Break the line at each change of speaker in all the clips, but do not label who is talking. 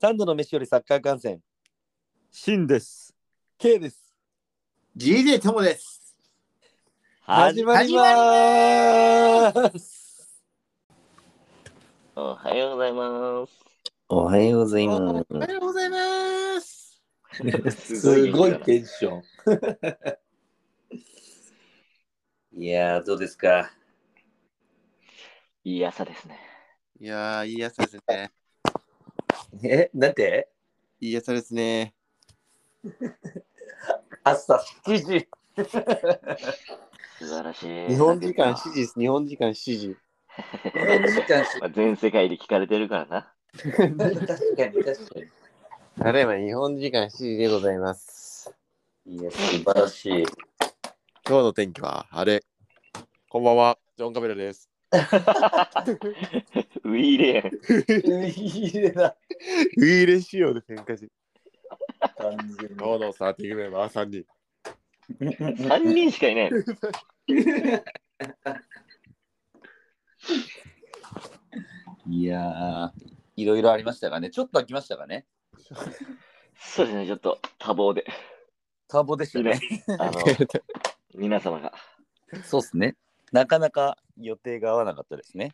三度の飯よりサッカー観戦
シンです。
K です。
GJ ともです。
始まります。
おはようございます。
おはようございます。
おはようございます。
すごいテンション。
いやー、どうですか
いい朝ですね。
いやー、いい朝ですね。
え、なんて
いい朝ですね。
朝7時。
素晴らしい。
日本時間7時です。日本時間7時。
この時間し
まあ全世界で聞かれてるからな。
確かに確か
ただいま日本時間7時でございます。
に。いや、素晴らしい。
今日の天気は晴れ。こんばんは、ジョン・カメラです。
ウィーレーン。
いいな。
ウィーレ仕様で喧嘩し。
完全に
今日のサーティングメンバー3人。
3人しかいない。
いやー、いろいろありましたがね。ちょっと飽きましたがね。
そうですね、ちょっと多忙で。
ターボでしたね。
あの、皆様が。
そうっすね。なかなか予定が合わなかったです ね。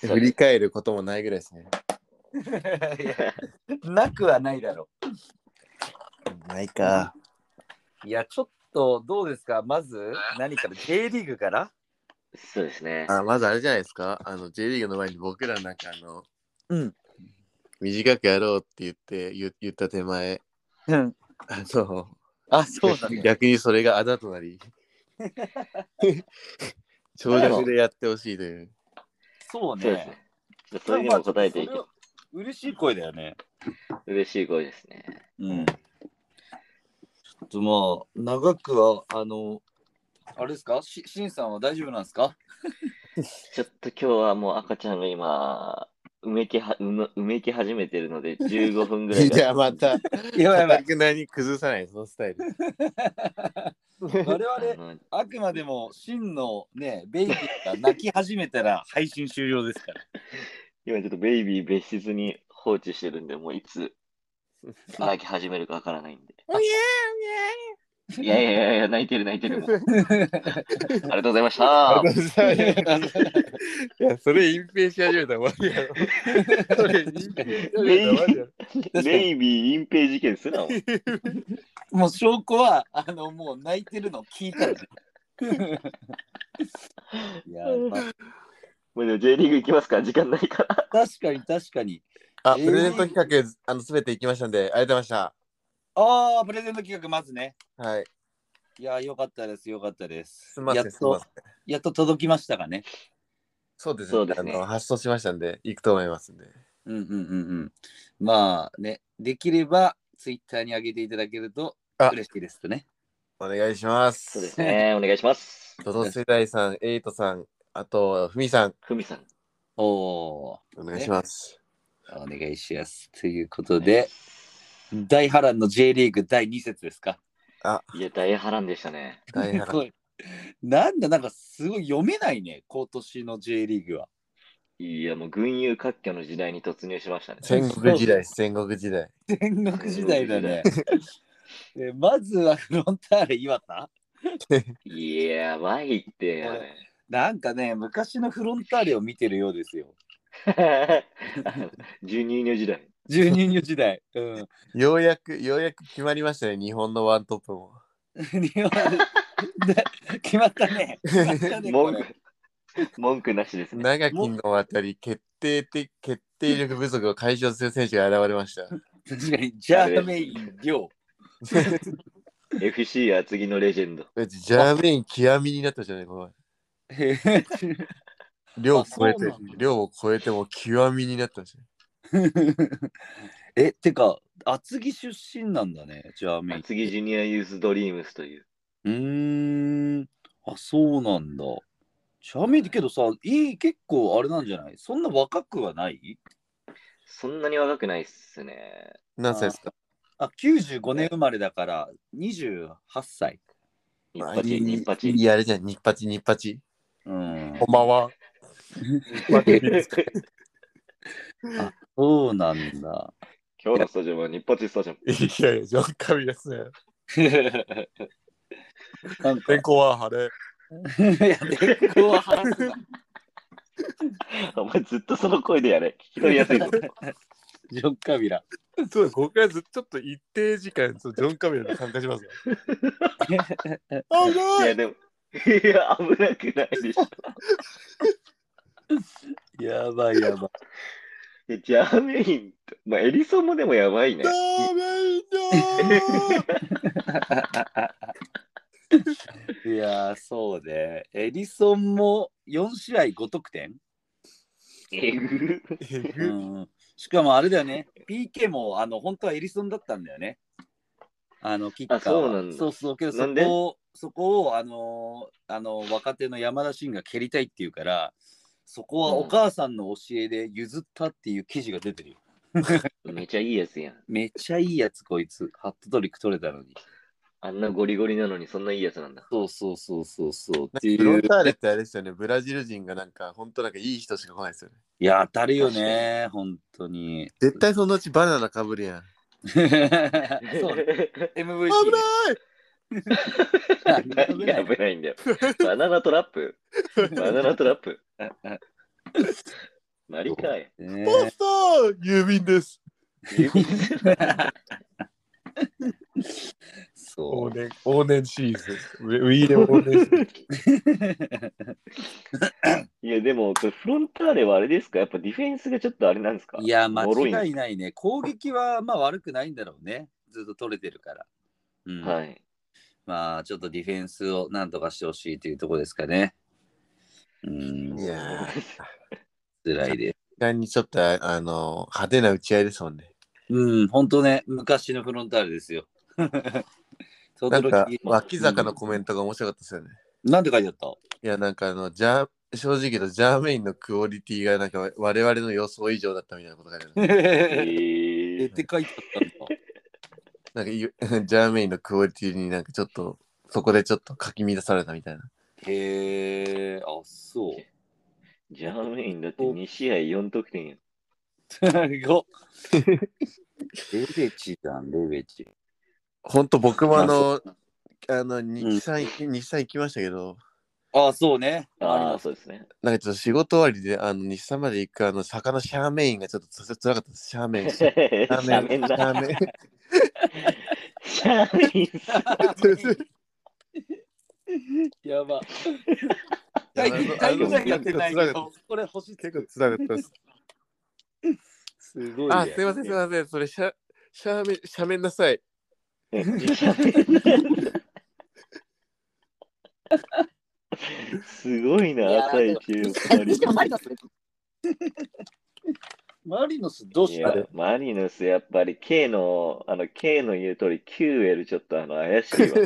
そう
振り返ることもないぐらいですね。
なくはないだろ
ないか。
う。いや、ちょっとどうですかまず、何から J リーグから
そうですね。
あまずあれじゃないですか。あの、J リーグの前に僕らなんかあの、
うん。
短くやろうって言って、言言った手前、
うん。
あの、
あ、そうだね。
逆にそれがあだとなり 長尺でやってほしいという
そう
そうで
ね
すね。。じゃあそれにも答えていき
それは嬉しい声だよね。
嬉しい声ですね。
うん。ちょっとまあ、長くは、あの、あれですかし、しんさんは大丈夫なんですか
ちょっと今日はもう赤ちゃんが今、うめきは、うめうめき始めてるので、15分ぐらいが。
じゃあまた
やばいやば
くなに崩さないそのスタイル
我々、
あの
あくまでも、しんのね、ベイビーが泣き始めたら配信終了ですから。
今ちょっとベイビー別室に放置してるんで、もうい つ泣き始めるかわからないんで。いやいやいやいや、泣いてる泣いてる。も うありがとうございまし た。
いやそれ隠蔽し始めたら終わりやろそれ隠蔽し始めたら終わりやろ
ベイビー隠蔽事件すな。お前
もう証拠は、あの、もう泣いてるの聞いた らね。いや、まあ
もうでも J リーグ行きますか時間ないから。
確かに確かに。
あプレゼント企画あの全て行きましたんでありがとうございま
ああ、プレゼント企画、まずね。
したはい
いや、よかったです、よかったです。
すみませ
や
ん
っ
すみま
と
せん、
やっと届きましたかね。
そうですね
そうですね
あの発送しましたんで行くと思いますんで
うんうんうんうん。まあね、できればツイッターに上げていただけると
あ
嬉しいですとね。
お願いしま
そうですすね。お願いします。
ドド世代さんエイトさんあとふみさん
ふみさん。
おお
お願いします
ー、お願いします。ということで、大波乱の J リーグ第2節ですか。
いや、大波乱でしたね。
大変
すごいなんだ、なんかすごい読めないね、今年の J リー グは。
いや、もう群雄割拠の時代に突入しましたね。
戦国時代、戦国時代。
戦国時代だね。 でまずはフロンターレ岩田
いや、ワイって よね。
なんかね、昔のフロンターレを見てるようですよ。
12の時代。
12人時 代。うん。
ようやく、ようやく決まりましたね、日本のワントッ プも。
日本決まった ね。決まったねこ
文句
れ、
文句なしですね。
長きのあたり、決定的、決定力不足を解消する選手が現れました。
確かに、ジャーメイン、リョウ。
FC 厚木のレジェンド。
ジャーメイン極みになったじゃない、この
へ
量を超えて
あそうなんだ、
量を超えても極みになったじ
え、てか、厚木出身なんだね、ジャーメイン。
厚木ジュニアユースドリームスという。
うーん。あ、そうなんだ。ジャーメインってけどさ、いい、結構あれなんじゃないそんな若くはない
そんなに若くないっすね。
ゃん。何歳ですか
あ、95年生まれだから、28歳。
ニッパチ、ニッパチ。
いや、あれじゃん、ニッパチ、ニッパチ。
うん。
こんば んは。
そうなんだ。
今日のスタジオはニッパチスタジオ。
いやいや、ジョンカビですね。
なんか、い
天候は晴れ。
や、電光は話すな。
お前ずっとその声でやれ。聞き取りやすいぞ。
ジョンカビラ。
そうだ、ここからずっとちょっと一定時間、ちょっとジョンカビラで参加しますよ。
い
危な
や、
い
でも、いや、危なくないでしょ。
やばいやばい。
いやジャーメインと、まあ、エリソンもでもやばいね。
ダメだ
いやー、そうで、エリソンも4試合5得点、
えぐ。
え
う
ぐ
ん、しかもあれだよね、PK もあの本当はエリソンだったんだよね。あのキッカーは
あそうなんだ
そうそうけど
な
そ
んで
こを、そこをあのーあの若手の山田慎が蹴りたいっていうから、そこはお母さんの教えで譲ったっていう記事が出てるよ。
めちゃいいやつやん。
めっちゃいいやつ、こいつ。ハットトリック取れたのに。
あんなゴリゴリなのにそんないいやつなんだ。
そうそうそうそうそう。って
い
いう
ブロンターレってあれですよね、ブラジル人がなんか、本当なんかいい人しか来ないですよね。
いや、当たるよね、本当 に。
絶対そのうちバナナかぶるやん。
そうね MVP
危ない危ない危ないんだよ。バナナトラップバナナトラップなりかい。
ね
ポスター郵便です。
そ
往
う。
年、往年シリーズ。ウィウィーレ往年シリー ズ。
いや、でも、これフロンターレはあれですかやっぱディフェンスがちょっとあれなんですか
いや、間
脆い
違いないね。攻撃はまあ悪くないんだろうね。ずっと取れてるから。うん。
はい。
まあ、ちょっとディフェンスをなんとかしてほしいというところですかね。うん
い、やー、
辛いです。
意外にちょっと、ああの、派手な打ち合いですもんね。
うん、本当ね、昔のフロンターレですよ。
なんか
轟、
脇坂のコメントが面白かったですよね。
なんて書いてあった
いや、なんかあの、ジャー正直言うとジャーメインのクオリティがなんか我々の予想以上だったみたいなことがある。
えー
えって書いてあったんだ。
なんかゆ ジャーメインのクオリティになんかちょっと、そこでちょっとかき乱されたみたいな。
へえ、あ、 そう。
ジャーメインだって2試合4得点やん。
すごっレベチだん、レベチ。
ほんと僕もあ
ま
の、あの、日産、日産行きましたけど、
あ、そうね。
あ
あ
あ、そうですね。
なんかちょっと仕事終わりで、あの、日産まで行くあの、坂のシャーメインがちょっとつつらかったです。シャーメイン。シ
シ
ャ
ャ
ーメ
メ
イ
ン
ン。 シャ
だ。
ーメイン。
シャメン
やば。
いや
一回ぐらいやってないけ
あの
ど、これ星つ
結構つらかったです。
すごい、ね。
あ、すいません、すいません。それ、シャ、シャーメン、シャーメンなさい。
シャメンだ。すごい
いや
な、朝一二人。
マリノス
マリノスどう
い
した
や、マリノス、やっぱり K の、あの、K の言う通り、QL ちょっとあの、怪し いわ。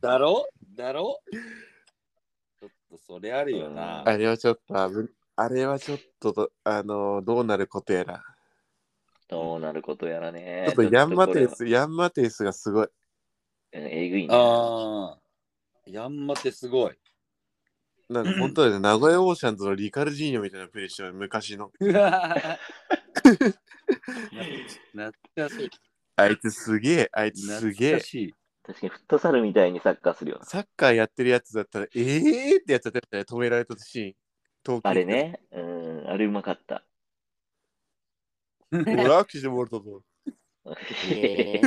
だろだろちょっとそれあるよな。
あれはちょっと危、あれはちょっとど、あのどうなることやら。
どうなることやらね。
ちょっとヤンマ
ち
テ
ょ
イ
っとこ
ス、ヤンマテイスがすごい。
れはうんえぐいね。
ああ。ヤンマってすご い。
なんか本当だよね、名古屋オーシャンズのリカルジーニョみたいなプレーしてる昔の。
うわな懐かしい。
あいつすげえ、あいつすげ
懐か。
え
しい。
確かにフットサルみたいにサッカーするよ な。
サッカーやってるやつだったら、ええー、ってやっちゃったみたいな止められたシーン。東京
あれ。ね、うん、あれうまかった。
もうラクしてもらっ たぞ。
え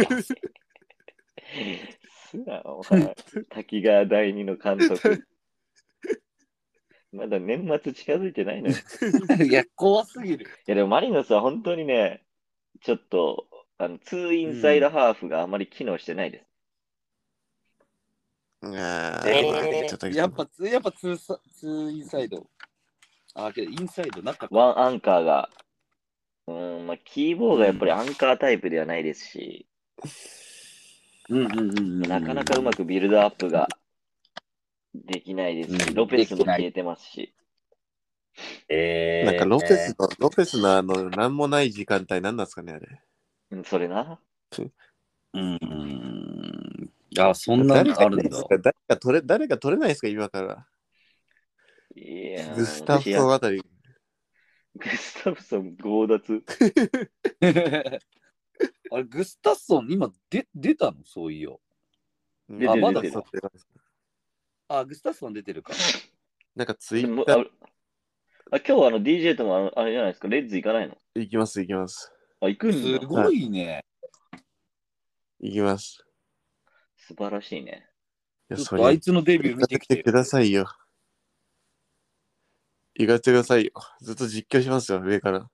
すなお前滝川第二の監督。まだ年末近づいてないのよ。い
いや、怖すぎる。
やでもマリノスは本当にね、ちょっと、あの、ツーインサイドハーフがあまり機能してないです。
あ
えー
ーちょっと
やっぱ、つやっぱツーサ、ツーインサイド。あ、けど、インサイド、中か。
ワンアンカーが、うん、まあ、キーボーがやっぱりアンカータイプではないですし、
うんうんうん。
なかなかうまくビルドアップができないです
う
し、
ん
ロペス
で
も
きない
消えてますし、
え
なんかロペスの、ロペスのあの、なんもない時間帯なんなんですかね、あれ。
うんそれな。
うん。あ、そんな
誰
の
が
あ
い
る
ない
ん
で
だ
す。か誰か取れ誰か取れないですか今から。
いやー
グスタフソンあたり。
グスタフソン強奪。
あれ、グスタッソン、今で出たのそういよ。
うん
出
あ
て
ま
る
だ
出
か
てる。
あ、グスタッソン出てるか。
なんかツイ
で
ッ
も
タ
あ
ー
あ今日はあの DJ ともあのあれじゃないですか、レッズ行かないの
行きます行きます。
あ、行くん
す
だ。
ごいね。
行きます。
素晴らしいね。
いや
ちょっ
そ
とあい
れ
つのデビュー
行
見
か
て
せ
きて
て
よ
くださいよ。行かせてくださいよ。ずっと実況しますよ上から。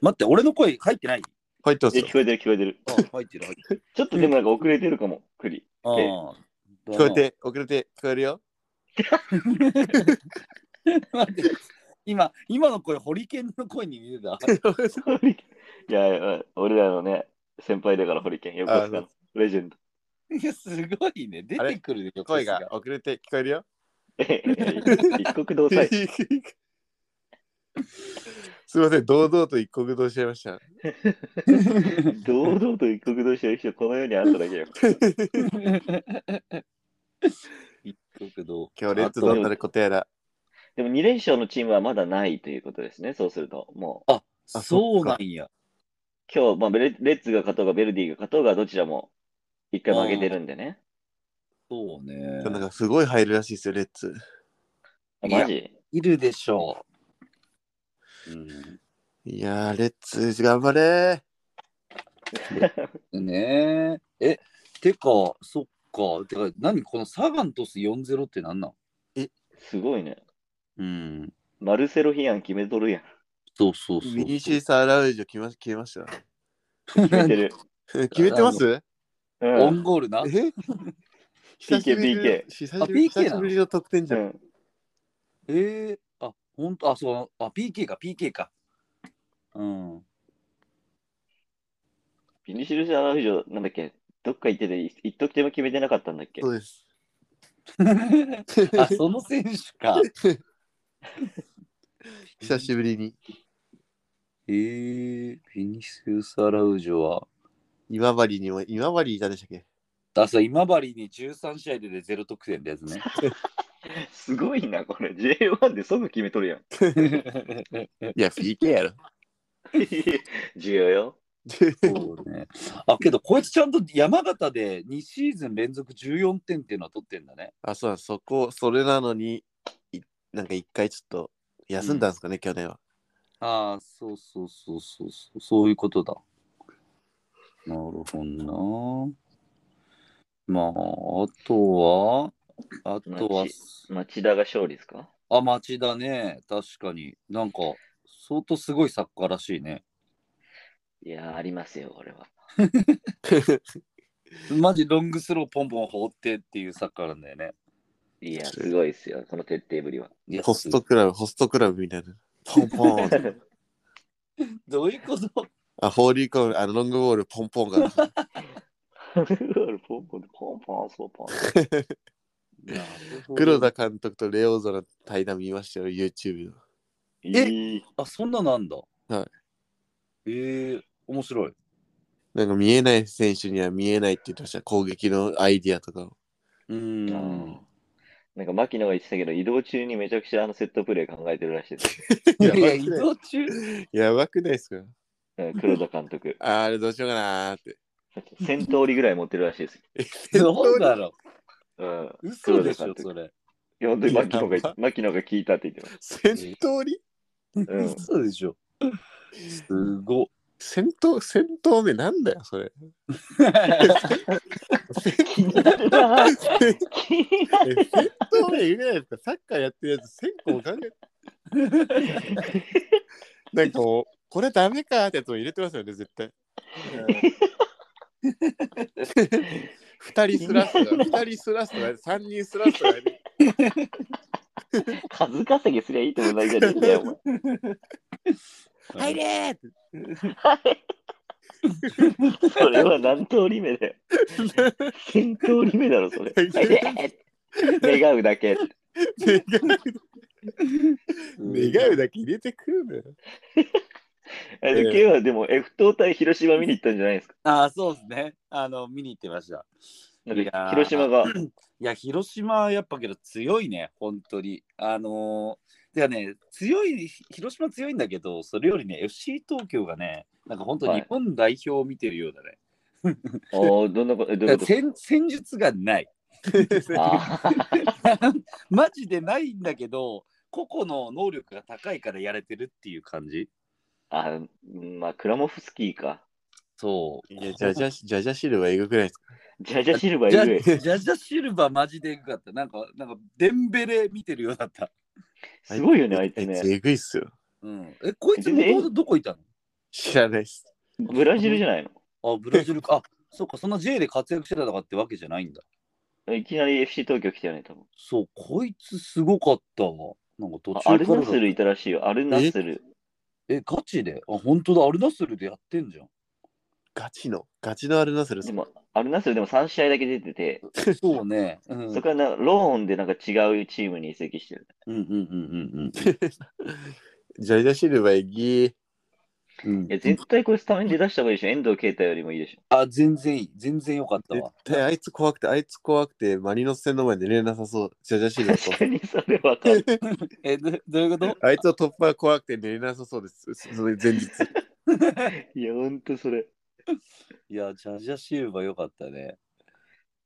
待って、俺の声入ってない
入ってます
え、
よ
聞。こえてる聞こえてる。
あ、入ってる、 入ってる。
ちょっとでもなんか遅れてるかも、クリ。
あー
聞こえ。て遅れて聞こえるよ。
待って今、今の声、ホリケンの声に似てた。
ホリケ ンいやいや、俺らのね、先輩だから、ホリケン、横須賀のレジェンド。
いやすごいね。出てくるね、
声が遅れて聞こえるよ。
一国 同体。
すみません、堂々と一国道しちゃいました。
堂々と一国同士の人、この世にあっただけよ。
一国道。
今日、レッツどうなることやら。
でも2連勝のチームはまだないということですね、そうすると。もう、
あそうなんや。
今日、まあ、レレッツが勝とうが、ベルディが勝とうが、どちらも一回負けてるんでね。
そうね。
なんかすごい入るらしいですよ、レッツ。
あ
うん
マジ
いるでしょう。
いやー、レッツ、頑張れ
うん、ねえ。え、てか、そっか。てか、何このサガントス4-0って何なん
すごいね。
うん。
マルセロ・ヒアン決めとるやん。
そうそうそう。
ミニシーサーラウージョ消えま消えま した。
決めてる。
決めてます
う
オ
ん。
ンゴールな。
え
PK
久しぶり
あ PK なの
久しぶりの得点じ
う
ゃん。
ん、
えー、あ、ほんと、あ、そう、あ、PK か、PK か。 うん。
ビニシルス・アラフィジョ、なんだっけ、どっか行ってて、い一得点も決めてなかったんだっけ
そうです。
あ、その選手か。
久しぶりに。
えー、フィニシウス・アラウジョは。
今治にも、今治いたでしたっけ
あ、そう、今治に13試合でで0得点だや つね。
すごいな、これ。J1 ですぐ決めとるやん。
いや、PK やろ。
重要よ。
そうね。あ、けどこいつちゃんと山形で2シーズン連続14点っていうのは取ってんだね。
あ、そうなんですそこ、それなのに、いなんか一回ちょっと休んだんですかね、去年は。
ああ、そうそうそうそうそう、そういうことだ。なるほどな。まあ、あとは、あとは、
町町田が勝利ですか
あ、町だね。確かに。なんか、相当すごいサッカーらしいね。
いやー、ありますよ、俺は。
マジロングスローポンポン放ってっていうサッカーなんだよね。
いや、すごいですよ、この徹底ぶりは。
いや
ホストクラブ、ホストクラブみたいな。ポンポ ン。
どういうこと
あ、ホーリーコール、あの、ロングボール、ポンポンが。
ポンポン、ポンポン、そうポン。
黒田監督とレオゾの対談見ましたよ、YouTube の。
いい。
あ、そんななんだ。。
はい
ええ面白い。
なんか見えない選手には見えないって言ってました、攻撃のアイディアとかを。
うーん。
なんか、牧野が言ってたけど、移動中にめちゃくちゃあのセットプレー考えてるらしいです。
い
い
や
や
いや、
マ
移
ジで
動中。
やばくないですか
うん黒田監督。
あーあれどうしようかなーって。
1000通りぐらい持ってるらしいです。
どうだろ
うん。
う。嘘でしょ、それ。
いや、本当に牧野が、牧野が聞いたって言ってます。
戦闘に
うん。
嘘でしょ。すごっ。
戦闘、戦闘目なんだよ、それ。
気になるなぁ気にな
え戦闘目いるじゃないですか、サッカーやってるやつ、戦闘も 考えなんかもう、これダメかってやつも入れてますよね、絶 対。二人スラストが、二人スラストが、三人スラストがいる。
数稼ぎすりゃいいってもないじゃねえんだよ、お
入
前
れーって
それは何通り目だよ。1000通り目だろ、それ。願うだけ。
願う願うだけ入れてくるのよ。
えで K はでも F 東対広島見に行ったんじゃないですか。
ああ、そうですね。あの、見に行ってました。
なん
いや
か
ー
広島が。
いや、広島はやっぱけど強いね、本当に。あのー、てかね、強い、広島強いんだけど、それよりね、FC 東京がね、なんか本当
はい
日本代表を見てるようだね。
おーどんなことえどうい
だ
う
か
こ
ら戦戦術がない。
と あー
マジでないんだけど、個々の能力が高いからやれてるっていう感じ。
あー、まあ、クラモフスキーか。
そう。
いや、じゃじゃ、じゃじゃシルバーえぐくないですか
ジャジャシルバー
ジ
いる
ャジャジャシルバーマジでエグかった。なんか、なんかデンベレ見てるようだった。
すごいよね、あいつね。
えぐいっすよ。
うん、え、こいつもともとどこいた
知らないっす。
ブラジルじゃないの
のあ、ブラジル か。あ、そっか、そんな J で活躍してたとかってわけじゃないんだ。
いきなり FC 東京来たよね、多分。
そう、こいつすごかったわ。なんか途中
あ
か
ア
ら
ル
だ
ナスルいたらしいよ、アルナスル。
え、ガチであ、本当だ、アルナスルでやってんじゃん。
ガチの、ガチのあれなする
でも、アルナスルでも3試合だけ出てて、
そうね。うん、うん
そこからなローンでなんか違うチームに移籍してる。
うんうんうん
ジャジャシルバーえぎ
うんうん
い。や、絶対これスタメンで出した方がいいでしょ。遠藤啓太よりもいいでしょ。
あ、全然いい。全然よかった
絶
わ。
対あいつ怖くて、あいつ怖くて、マリノス戦の前で寝れなさそう。ジャジャシルバー
確かにそれわかる。
え、どどういうこと
あいつの突破が怖くて寝れなさそうです。それ前日。
いや、ほんとそれ。
いや、ジャジャシルバーよかったね。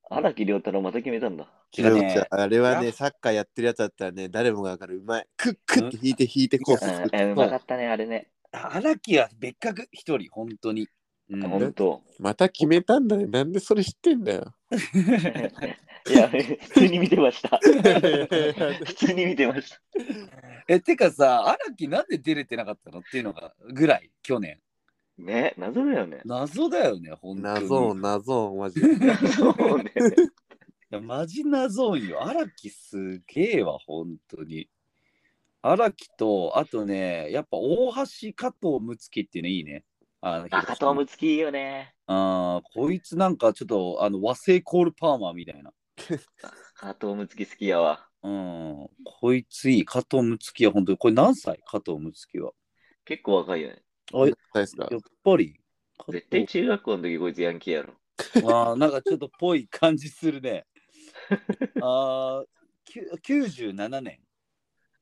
荒木亮太郎また決め たんだ。
てかね
でもさあれはね、サッカーやってるやつだったらね、誰もがわかる。うまい。クックって引いて引いてコース
うん、
作る。
えうまかったね、あれね。
荒木は別格、一人、本当に。うん
ほんと。
また決めたんだね。なんでそれ知ってんだよ。
いや、普通に見てました。普通に見てました。
え、てかさ、荒木なんで出れてなかったのっていうのが、ぐらい、去年。
ね、謎 だよね。
謎だよね、本当に。
謎、謎、マジで。
そうね。
いや、マジなゾーンよ。荒木すげえわ、本当に。荒木と、あとね、やっぱ大橋加藤睦月っていうのいいね。あの
あ、加藤睦月いいよね。
あーこいつなんかちょっとあの和製コールパーマーみたいな。
加藤睦月好きやわ。
うん、こいついい。加藤睦月は本当に、これ何歳加藤睦月は。
結構若いよね。
あやっ
大好きだ。
ぱり。
絶対中学校の時こいつヤンキーやろ。
あーなんかちょっとぽい感じするね。あーきゅ97年。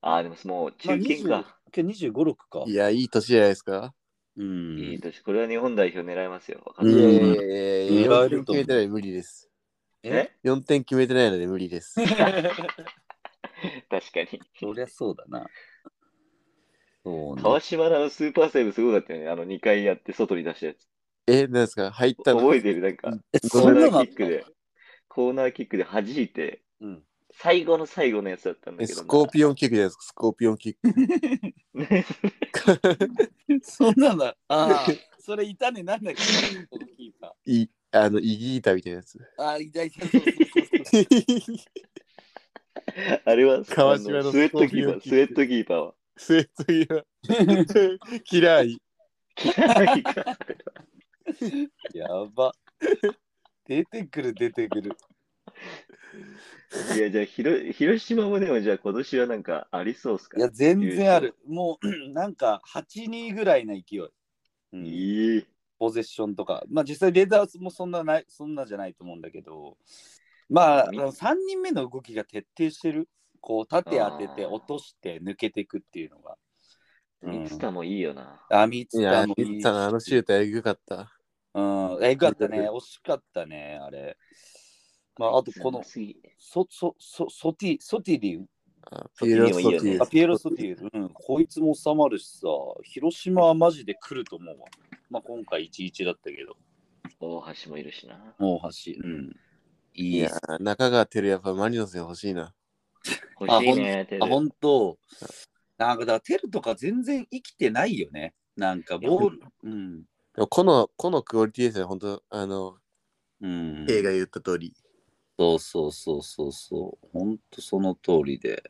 あ、でももう中堅
まあ
か。
25、6か
い。や、いい年じゃないですか。
うん。
いい年。これは日本代表狙いますよ。
うん
いやいやいやいや、
狙え
4点
ると
決
思う
めてない無理です。
え
え
4点決めてないので無理です。
確かに。
そりゃそうだな。そうね。
川島のあのスーパーセーブすごかったよね。あの2回やって外に出したやつ。
え、なんですか入ったの
覚えてるなんか、
え、
コ
そ
ー
ん
ナ
な
ー
のあっ
キックで、コーナーキックで弾いて、
うん
最後の最後のやつだったんだ
え
けど。
スコーピオンキックじゃないですか、スコーピオンキック。
たそんなのああー、それいたね、なんだっけ、このキーパ
いあの、イギータみたいなやつ。
ー。ああ、いたいた。そうそうそう
あれは、
川島の
あスウェットキーパー、スウェットキーパーは。
スエツが嫌い。
やば。出てくる、出てくる。
いや、じゃあ、ひろ広島もでも、じゃあ、今年はなんかありそうっすか
いや、全然ある。もう、なんか、8-2ぐらいな勢い。うん
いい。
ポゼッションとか、まあ実際レーダーもそんなない、そんなじゃないと思うんだけど、まあ、あの3人目の動きが徹底してる。こう、縦当てて、
あー
落として、抜けていくっていうのが。
ミツタもいいよな。
あ、三
い
つ
や、
田
ミ
もい
ッ
い
ツァのあのシュー
し。
トエグかった。
うん、えぐかったね。惜しかったね、あれ。まあ、あとこの、
次。
そ、そ、そ、ソティ、ソティリュ
あ
ソティもいいよね
あ、ピエロソティリュうん、こいつも収まるしさ、広島はマジで来ると思うわ。まあ今回1-1だったけど、
大橋もいるしな。
大橋。うん。い
い
いっ
や
す、
中川照也はマリノスに欲しいな。
欲しいね、テル
あ、本当。なんかだからテルとか全然生きてないよね。なんかボール。うん。
でもこの、このクオリティですね、本当あの、
うん。
映画言った通り。
そうそうそうそうそう。本当その通りで。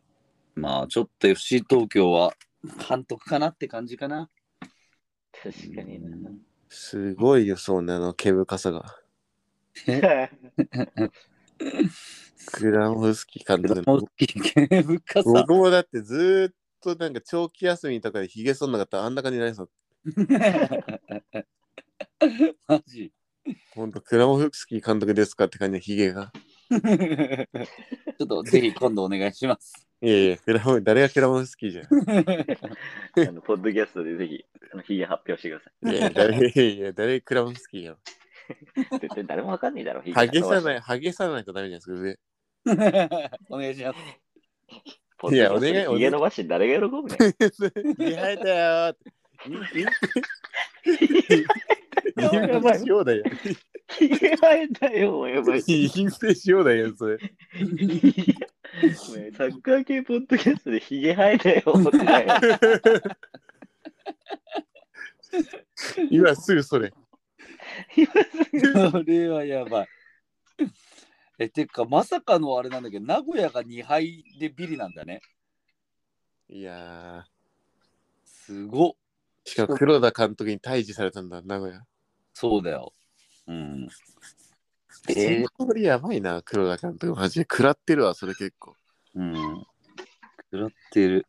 まあちょっと FC 東京は監督かなって感じかな。
確かにな。
すごいよ、そうね、あの、毛深さが。グランフスキー監督
モスキーゲームかさ。
僕もだってずーっとなんか長期休みとかでひげ剃んなかったらあんな感じになりそう。
マジ。
ほんと、クラモフスキー監督ですかって感じのヒゲが。
ちょっとぜひ今度お願いし ます。
いやいや、クラモ誰がクラモフスキーじゃん。
あのポッドキャストでぜひ、あのヒゲ発表してく
い
ださ
やいや誰、いやいや誰クラモフスキーやん。
い。絶対誰もわかんねえだろ、ヒ。
はげさないい、はげさないとダメじゃないですか上。
お願いします。
ポッドキャストで
いやお願いお願い
ヒゲ伸ばして誰が喜ぶねん。
ヒ ゲ生えたよーって。
やばい
隠蔽しようだよ。
ヒゲ生えたよ、もうやばい。
隠蔽しようだよ、それ。
お前サッカー系ポッドキャストでヒゲ生えたよ、ってない よ
今すぐそれ。
今す
それはやばい。え、てか、まさかのあれなんだけど、名古屋が2敗でビリなんだね。
いや
すごっ。
ー、しかも黒田監督に退治されたんだ、名古屋。
そうだよ。うん。
え
えー、
これやばいな、黒田監督。マジで食らってるわ、それ結構。
うん。食らってる。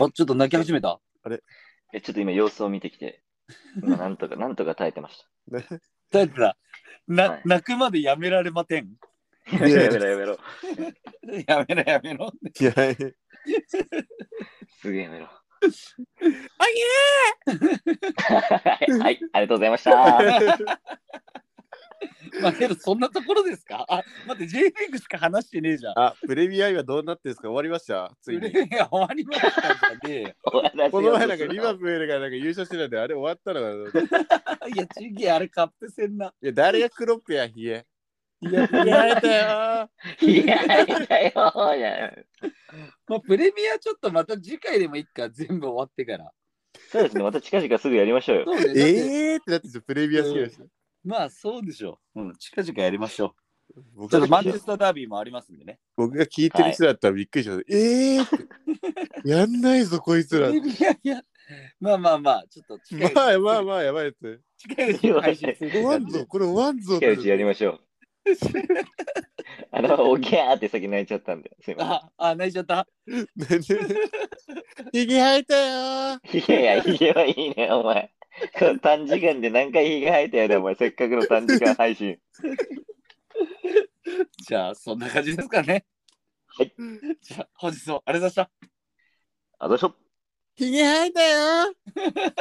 あ、ちょっと泣き始めた。
え、ちょっと今様子を見てきて、今なんとか、なんとか耐えてました。
大丈夫だ。な、
はい
泣くまでやめられません。
やめろやめろやめろ。
やめろやめろ。
いや、
すげえやめろ。はい、はい、ありがとうございました。
まあ、けどそんなところですかあ、待って、J リーグしか話してねえじゃん。
あ、プレビアイはどうなってるんですか終わりましたついに。
いや終わりましたじゃねえよ。
この前なんかリバ
プ
プールがなんか優勝してたんで、あれ終わったのかな。い
いや、ちげえ、あれカップ戦な。
や、誰がクロップや、 ヒゲ。いや、やえたよー。
いやいやいやいや
まあ、プレミアちょっとまた次回でもいいか、全部終わってから。
そうですね、また近々すぐやりましょうよ。
そうねだって
えーってなってるんですよプレビア好きです。
まあ、そうでしょう。うん、近々やりましょう。ち
僕
ょっとマ
が
ンチェスターダービーもありますんでね。
僕が聞いてる人だったらびっくりします。えーってやんないぞ、こいつら。
いやいや、まあまあまあ、ちょっと近いうち
まあまあまあ、やばいやつ。
近いうちに配信するって
終わん
感じ
ぞ、これ終わんぞ。
近いう ちやりましょう。あの、おぎゃーって先泣いちゃったんで、すいま
あ、あ、泣いちゃった。
なんでひげ生えたよー
せん。いやいや、ひげはいいね、お前。この短時間で何回ひげ生えたやで、お前、せっかくの短時間配 信。
じゃあ、そんな感じですかね。
はい。
じゃあ、本日もありがとうございました。
あ、どうしょ
ひげ生えたよー